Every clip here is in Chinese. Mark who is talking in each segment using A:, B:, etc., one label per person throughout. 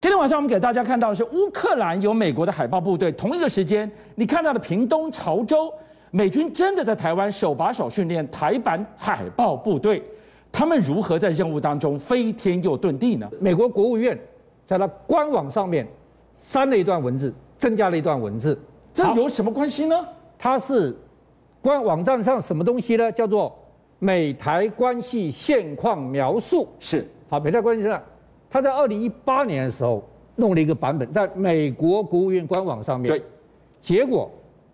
A: 今天晚上我们给大家看到的是乌克兰有美国的海豹部队，同一个时间你看到的屏东潮州，美军真的在台湾手把手训练台版海豹部队，他们如何在任务当中飞天又遁地呢？
B: 美国国务院在它官网上面删了一段文字，增加了一段文字，
A: 这有什么关系呢？
B: 它是官网站上什么东西呢？叫做美台关系现况描述。
A: 是
B: 好，美台关系现况他在二零一八年的时候弄了一个版本，在美国国务院官网上面。
A: 对，
B: 结果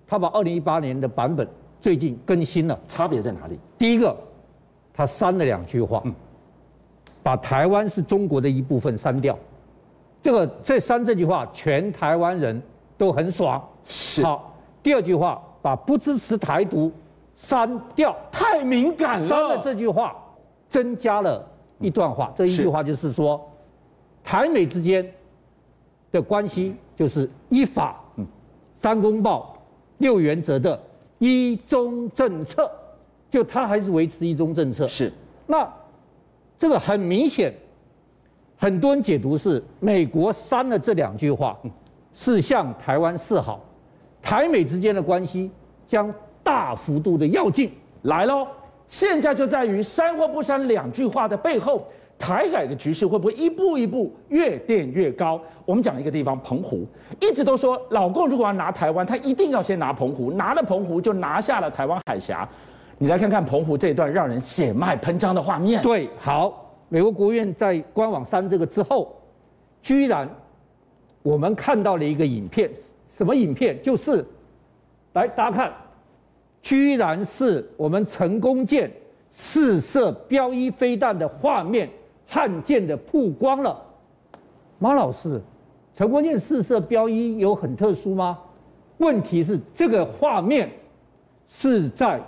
B: 他把二零一八年的版本最近更新了。
A: 差别在哪里？
B: 第一个，他删了两句话，把台湾是中国的一部分删掉。这个这删这句话，全台湾人都很爽。
A: 是
B: 好，第二句话把不支持台独删掉，
A: 太敏感了。
B: 删了这句话，增加了一段话。这一句话就是说，台美之间的关系就是依法、三公报、六原则的一中政策，就他还是维持一中政策。
A: 是
B: 那这个很明显，很多人解读是美国删了这两句话，是向台湾示好，台美之间的关系将大幅度的要进。
A: 来喽，现在就在于删或不删两句话的背后，台海的局势会不会一步一步越垫越高？我们讲一个地方，澎湖，一直都说老共如果要拿台湾，他一定要先拿澎湖，拿了澎湖就拿下了台湾海峡。你来看看澎湖这段让人血脉喷张的画面。
B: 对，好，美国国务院在官网删这个之后，居然我们看到了一个影片，什么影片？就是来大家看，居然是我们成功舰试射标一飞弹的画面，汉舰的曝光了。马老师，成功舰试射标一有很特殊吗？问题是这个画面是在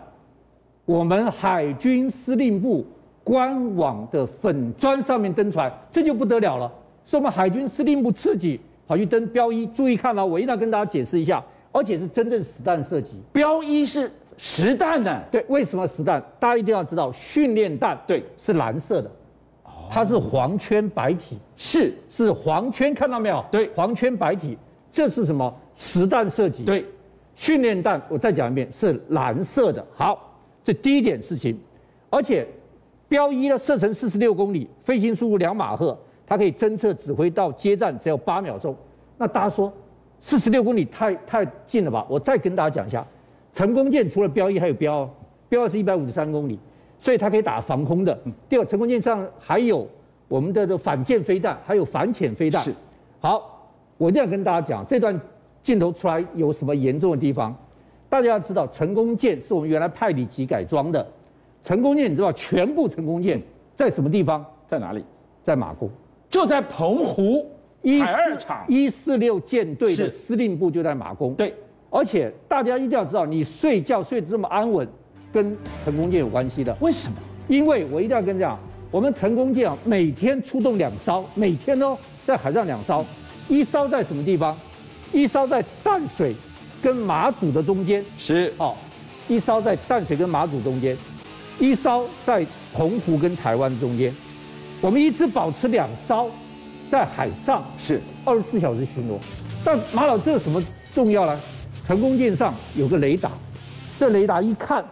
B: 我们海军司令部官网的粉砖上面登出来，这就不得了了，是我们海军司令部自己跑去登标一。注意看了、我一定要跟大家解释一下，而且是真正实弹射击。
A: 标一是实弹呢、
B: 对，为什么实弹？大家一定要知道，训练弹
A: 对
B: 是蓝色的，啊它是黄圈白体，
A: 是
B: 是黄圈，看到没有？
A: 对
B: 黄圈白体，这是什么？实弹射击。
A: 对，
B: 训练弹，我再讲一遍，是蓝色的。好，这第一点事情，而且标一呢射程四十六公里，飞行速度两马赫，它可以侦测指挥到接站只要八秒钟。那大家说，四十六公里太太近了吧？我再跟大家讲一下，成功舰除了标一还有标二，标二是一百五十三公里，所以它可以打防空的。第二，成功舰上还有我们的这反舰飞弹，还有反潜飞弹。
A: 是
B: 好，我一定要跟大家讲，这段镜头出来有什么严重的地方？大家要知道，成功舰是我们原来派里级改装的，成功舰你知道全部成功舰在什么地方？
A: 在哪里？
B: 在马公
A: 就在澎湖
B: 一
A: 海二厂。
B: 一四六舰队的
A: 是
B: 司令部就在马公。
A: 对，
B: 而且大家一定要知道，你睡觉睡得这么安稳，跟成功舰有关系的。
A: 为什么？
B: 因为我一定要跟你讲，我们成功舰啊，每天出动两艘，每天哦，在海上两艘，一艘在什么地方？一艘在淡水跟马祖的中间，
A: 是
B: 哦，一艘在淡水跟马祖中间，一艘在澎湖跟台湾中间。我们一直保持两艘在海上
A: 是
B: 二十四小时巡逻。但马老这有什么重要呢？成功舰上有个雷达，这雷达一看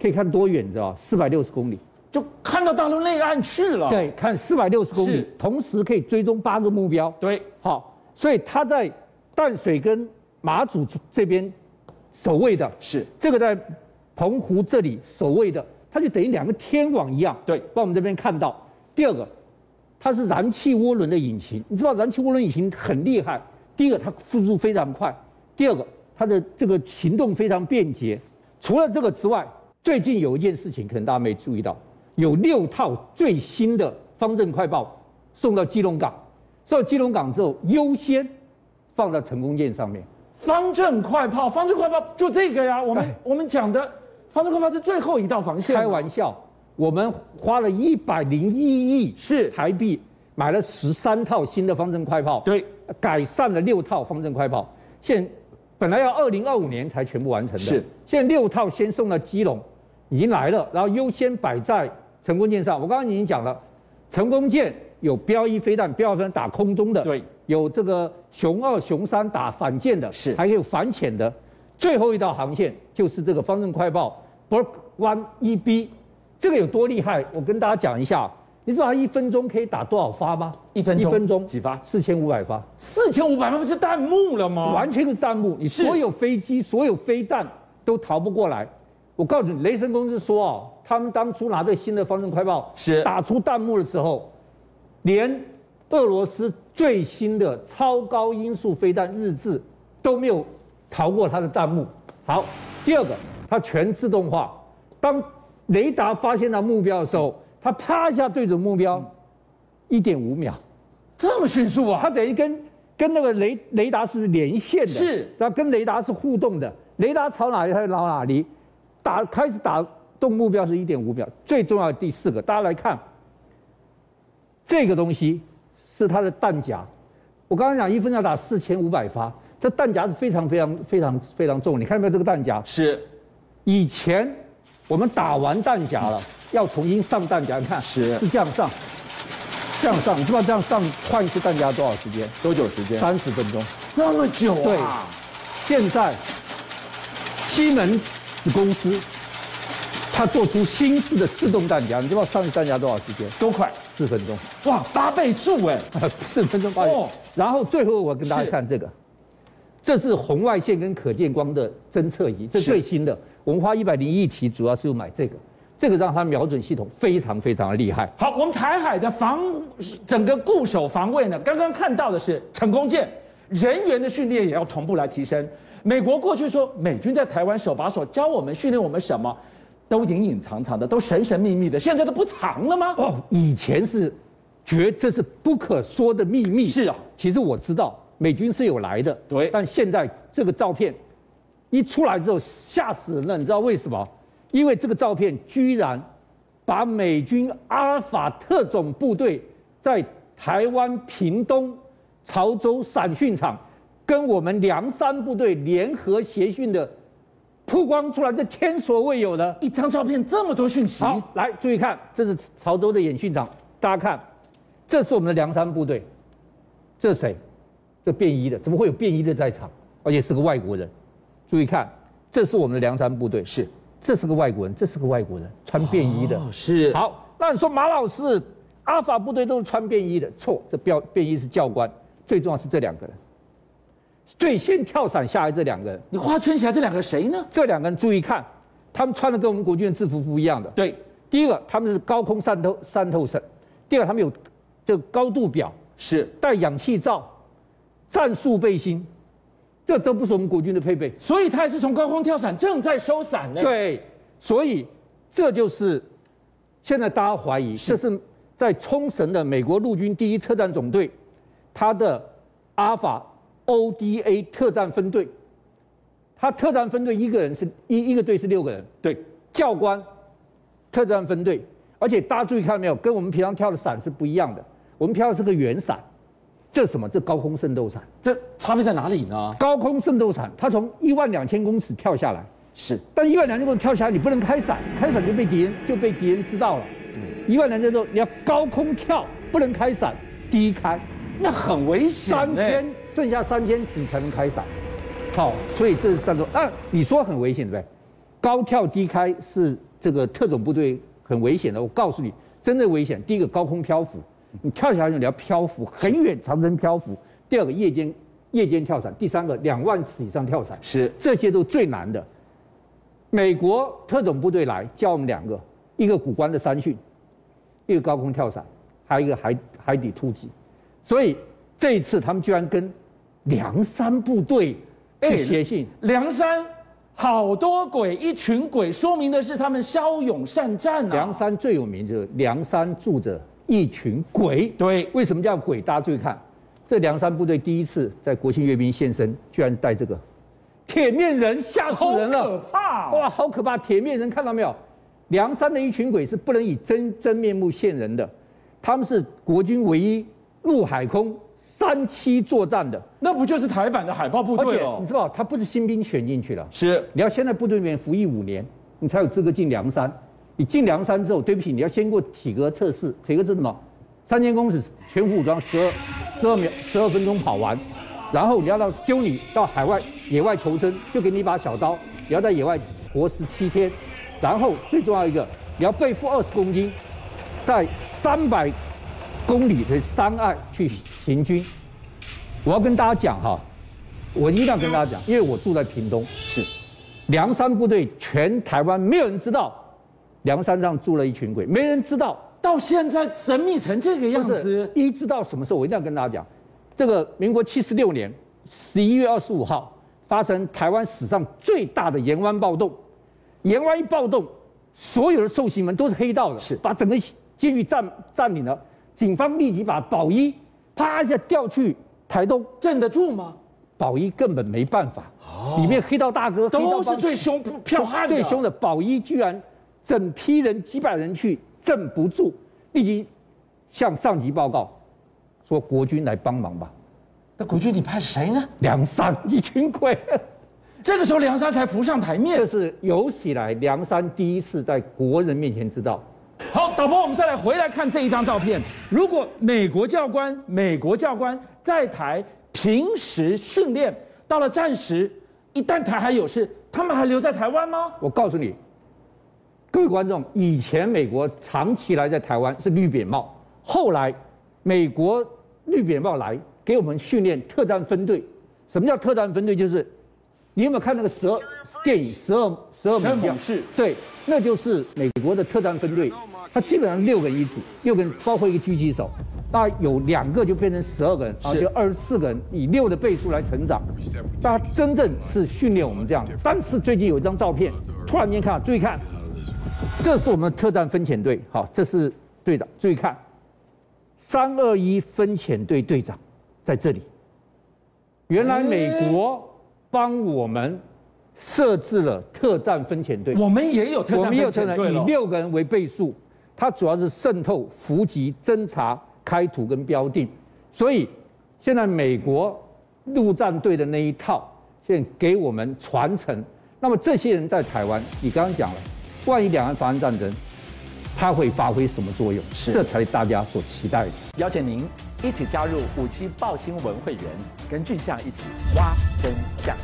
B: 可以看多远，你知道吧？四百六十公里。
A: 就看到大陆内岸去了。
B: 对，看四百六十公里
A: 是，
B: 同时可以追踪八个目标。
A: 对，
B: 好，所以他在淡水跟马祖这边守卫的，
A: 是
B: 这个在澎湖这里守卫的，它就等于两个天网一样，
A: 对
B: 把我们这边看到。第二个，它是燃气涡轮的引擎，你知道燃气涡轮引擎很厉害。第一个，它速度非常快；第二个，它的这个行动非常便捷。除了这个之外，最近有一件事情可能大家没注意到，有六套最新的方阵快报送到基隆港，送到基隆港之后优先放到成功舰上面。
A: 方阵快炮，方阵快炮就这个呀。我们
B: 对
A: 我们讲的方阵快炮是最后一道防线嘛。
B: 开玩笑，我们花了一百零一亿
A: 是
B: 台币买了十三套新的方阵快炮，
A: 对，
B: 改善了六套方阵快炮，现本来要二零二五年才全部完成的，
A: 是
B: 现在六套先送到基隆，已经来了，然后优先摆在成功舰上。我刚刚已经讲了，成功舰有标一飞弹，标二飞弹打空中的，
A: 对，
B: 有这个熊二、熊三打反舰的，
A: 是
B: 还有反潜的。最后一道航线就是这个方阵快报 Berk One 一 B，这个有多厉害？我跟大家讲一下，你知道它一分钟可以打多少发吗？
A: 一分钟
B: 一分钟
A: 几发
B: 四千五百发，
A: 四千五百发不是弹幕了吗？
B: 完全是弹幕，你
A: 是
B: 所有飞机、所有飞弹都逃不过来。我告诉你，雷神公司说哦，他们当初拿这个新的方阵快报
A: 是
B: 打出弹幕的时候，连俄罗斯最新的超高音速飞弹日志都没有逃过它的弹幕。好，第二个，它全自动化，当雷达发现到目标的时候，它啪一下对准目标，一点五秒。
A: 这么迅速啊！
B: 它等于跟跟那个雷雷达是连线的，
A: 是
B: 然后跟雷达是互动的，雷达朝哪里它就朝哪里，打开始打动目标是一点五秒。最重要的第四个，大家来看，这个东西是它的弹夹，我刚刚讲一分要打四千五百发，这弹夹是非常非常非常非常重，你看到没有这个弹夹？
A: 是
B: 以前我们打完弹夹了，要重新上弹夹，你看
A: 是
B: 是这样上，这样上，你知不知道这样上换一次弹夹多少时间？
A: 多久时间？
B: 三十分钟。
A: 这么久
B: 对
A: 啊！
B: 现在西门子公司，它做出新式的自动弹夹，你知道上一次弹夹多少时间？
A: 多快
B: 四分钟，
A: 哇！八倍速哎，
B: 四分钟八
A: 哦
B: 然后最后我跟大家看这个，这是红外线跟可见光的侦测仪，这
A: 是
B: 最新的。我们花一百零一题，主要是买这个，这个让它瞄准系统非常非常的厉害。
A: 好，我们台海的防整个固守防卫呢，刚刚看到的是成功舰，人员的训练也要同步来提升。美国过去说美军在台湾手把手教我们训练我们什么，都隐隐藏藏的，都神神秘秘的，现在都不藏了吗？
B: 哦，以前是绝这是不可说的秘密。
A: 是啊，
B: 其实我知道美军是有来的，
A: 对
B: 但现在这个照片一出来之后，吓死人了。你知道为什么？因为这个照片居然把美军阿尔法特种部队在台湾屏东潮州散训场跟我们梁山部队联合协训的曝光出来，这前所未有的。
A: 一张照片这么多讯息，
B: 好，来注意看，这是潮州的演训场，大家看，这是我们的梁山部队，这是谁？这便衣的，怎么会有便衣的在场？而且是个外国人。注意看，这是我们的梁山部队，
A: 是哦
B: 这是个外国人，这是个外国人，穿便衣的。
A: 是好
B: 好，那你说马老师，阿法部队都是穿便衣的，错，这标便衣是教官，最重要是这两个人，最先跳伞下来这两个人，
A: 你画圈起来这两个谁呢？哦
B: 这两个人注意看，他们穿的跟我们国军的制服不一样的。
A: 对，
B: 第一个，他们是高空渗透渗透绳；第二个，他们有这个高度表，
A: 是，
B: 带氧气罩、战术背心，这都不是我们国军的配备。
A: 所以他也是从高空跳伞，正在收伞呢。，
B: 对，所以这就是现在大家怀疑，
A: 是
B: 这是在冲绳的美国陆军第一特战总队，它的阿法 ODA 特战分队，它特战分队一个人是一一个队是六个人，
A: 对，
B: 教官、特战分队，而且大家注意看到没有，跟我们平常跳的伞是不一样的。我们跳的是个圆伞，这是什么？这高空圣斗伞。
A: 这差别在哪里呢？
B: 高空圣斗伞，它从一万两千公尺跳下来，
A: 是
B: 但一万两千公尺跳下来，你不能开伞，开伞就被敌人就被敌人知道了。一万两千多，你要高空跳，不能开伞，低开。
A: 那很危险呢。
B: 三天，剩下三天你才能开伞。好，所以这是三种。那、你说很危险对不对？高跳低开是这个特种部队很危险的。我告诉你，真的危险。第一个高空漂浮，你跳下去你要漂浮很远，长程漂浮。第二个夜间夜间跳伞，第三个两万尺以上跳伞，
A: 是
B: 这些都最难的。美国特种部队来教我们两个，一个古关的山训，一个高空跳伞，还有一个海海底突击。所以这一次他们居然跟梁山部队
A: 哎
B: 去写信，
A: 梁山好多鬼，一群鬼，说明的是他们骁勇善战啊。
B: 梁山最有名就是梁山住着一群鬼。
A: 对
B: 为什么叫鬼？大家注意看，这梁山部队第一次在国庆阅兵现身，居然带这个铁面人，吓死
A: 好
B: 人
A: 可
B: 了！
A: 怕、哦！
B: 哇，好可怕！铁面人看到没有？梁山的一群鬼是不能以真真面目现人的，他们是国军唯一陆海空三栖作战的，
A: 那不就是台版的海豹部
B: 而
A: 队
B: 且
A: 了
B: 你？知道他不是新兵选进去了，
A: 是
B: 你要先在部队里面服役五年，你才有资格进梁山。你进梁山之后，对不起，你要先过体格测试。体格测试什么？三千公尺全副武装，十二十二秒十二分钟跑完，然后你要到丢你到海外野外求生，就给你一把小刀，你要在野外活十七天，然后最重要一个，你要背负二十公斤，在三百公里的山岸去行军。我要跟大家讲哈，我一定要跟大家讲，因为我住在屏东，
A: 是
B: 梁山部队全台湾没有人知道，梁山上住了一群鬼，没人知道。
A: 到现在神秘成这个样
B: 就是
A: 子，
B: 一直到什么时候，我一定要跟大家讲，这个民国七十六年十一月二十五号发生台湾史上最大的盐湾暴动，盐湾一暴动，所有的受刑人都是黑道的，
A: 是
B: 把整个监狱占占领了，警方立即把保一啪一下调去台东，
A: 镇得住吗？
B: 保一根本没办法，里面黑道大哥黑道
A: 哦都
B: 帮
A: 是最凶彪悍的，
B: 最凶
A: 的。
B: 的保一居然整批人几百人去镇不住，立即向上级报告说国军来帮忙吧。
A: 那国军你派谁呢？
B: 梁山一群鬼，
A: 这个时候梁山才浮上台面
B: 这。是有史以来梁山第一次在国人面前知道。
A: 好，导播，我们再来回来看这一张照片。如果美国教官、美国教官在台平时训练，到了战时，一旦台海有事，他们还留在台湾吗？
B: 我告诉你，各位观众，以前美国长期来在台湾是绿扁帽，后来美国绿扁帽来给我们训练特战分队。什么叫特战分队？就是你有没有看那个十二电影《十二十二猛将》？
A: 是
B: 对，那就是美国的特战分队，它基本上六个人一组，六个人包括一个狙击手，那有两个就变成十二个人，啊，
A: 是
B: 就二十四个人，以六的倍数来成长。大家真正是训练我们这样。但是最近有一张照片，突然间看到，注意看，这是我们特战分遣队，好，这是队长，注意看，三二一分遣队队长在这里。原来美国帮我们设置了特战分遣队。
A: 我们也有特
B: 我
A: 战
B: 们也有
A: 分遣
B: 承认
A: 队
B: 以
A: 了。
B: 六个人为倍数，它主要是渗透、伏击、侦查、开图跟标定。所以现在美国陆战队的那一套，现在给我们传承。那么这些人在台湾，你刚刚讲了，万一两岸发生战争，他会发挥什么作用？
A: 是
B: 这才是大家所期待的。
C: 邀请您一起加入五七报新闻会员，跟俊相一起挖真相。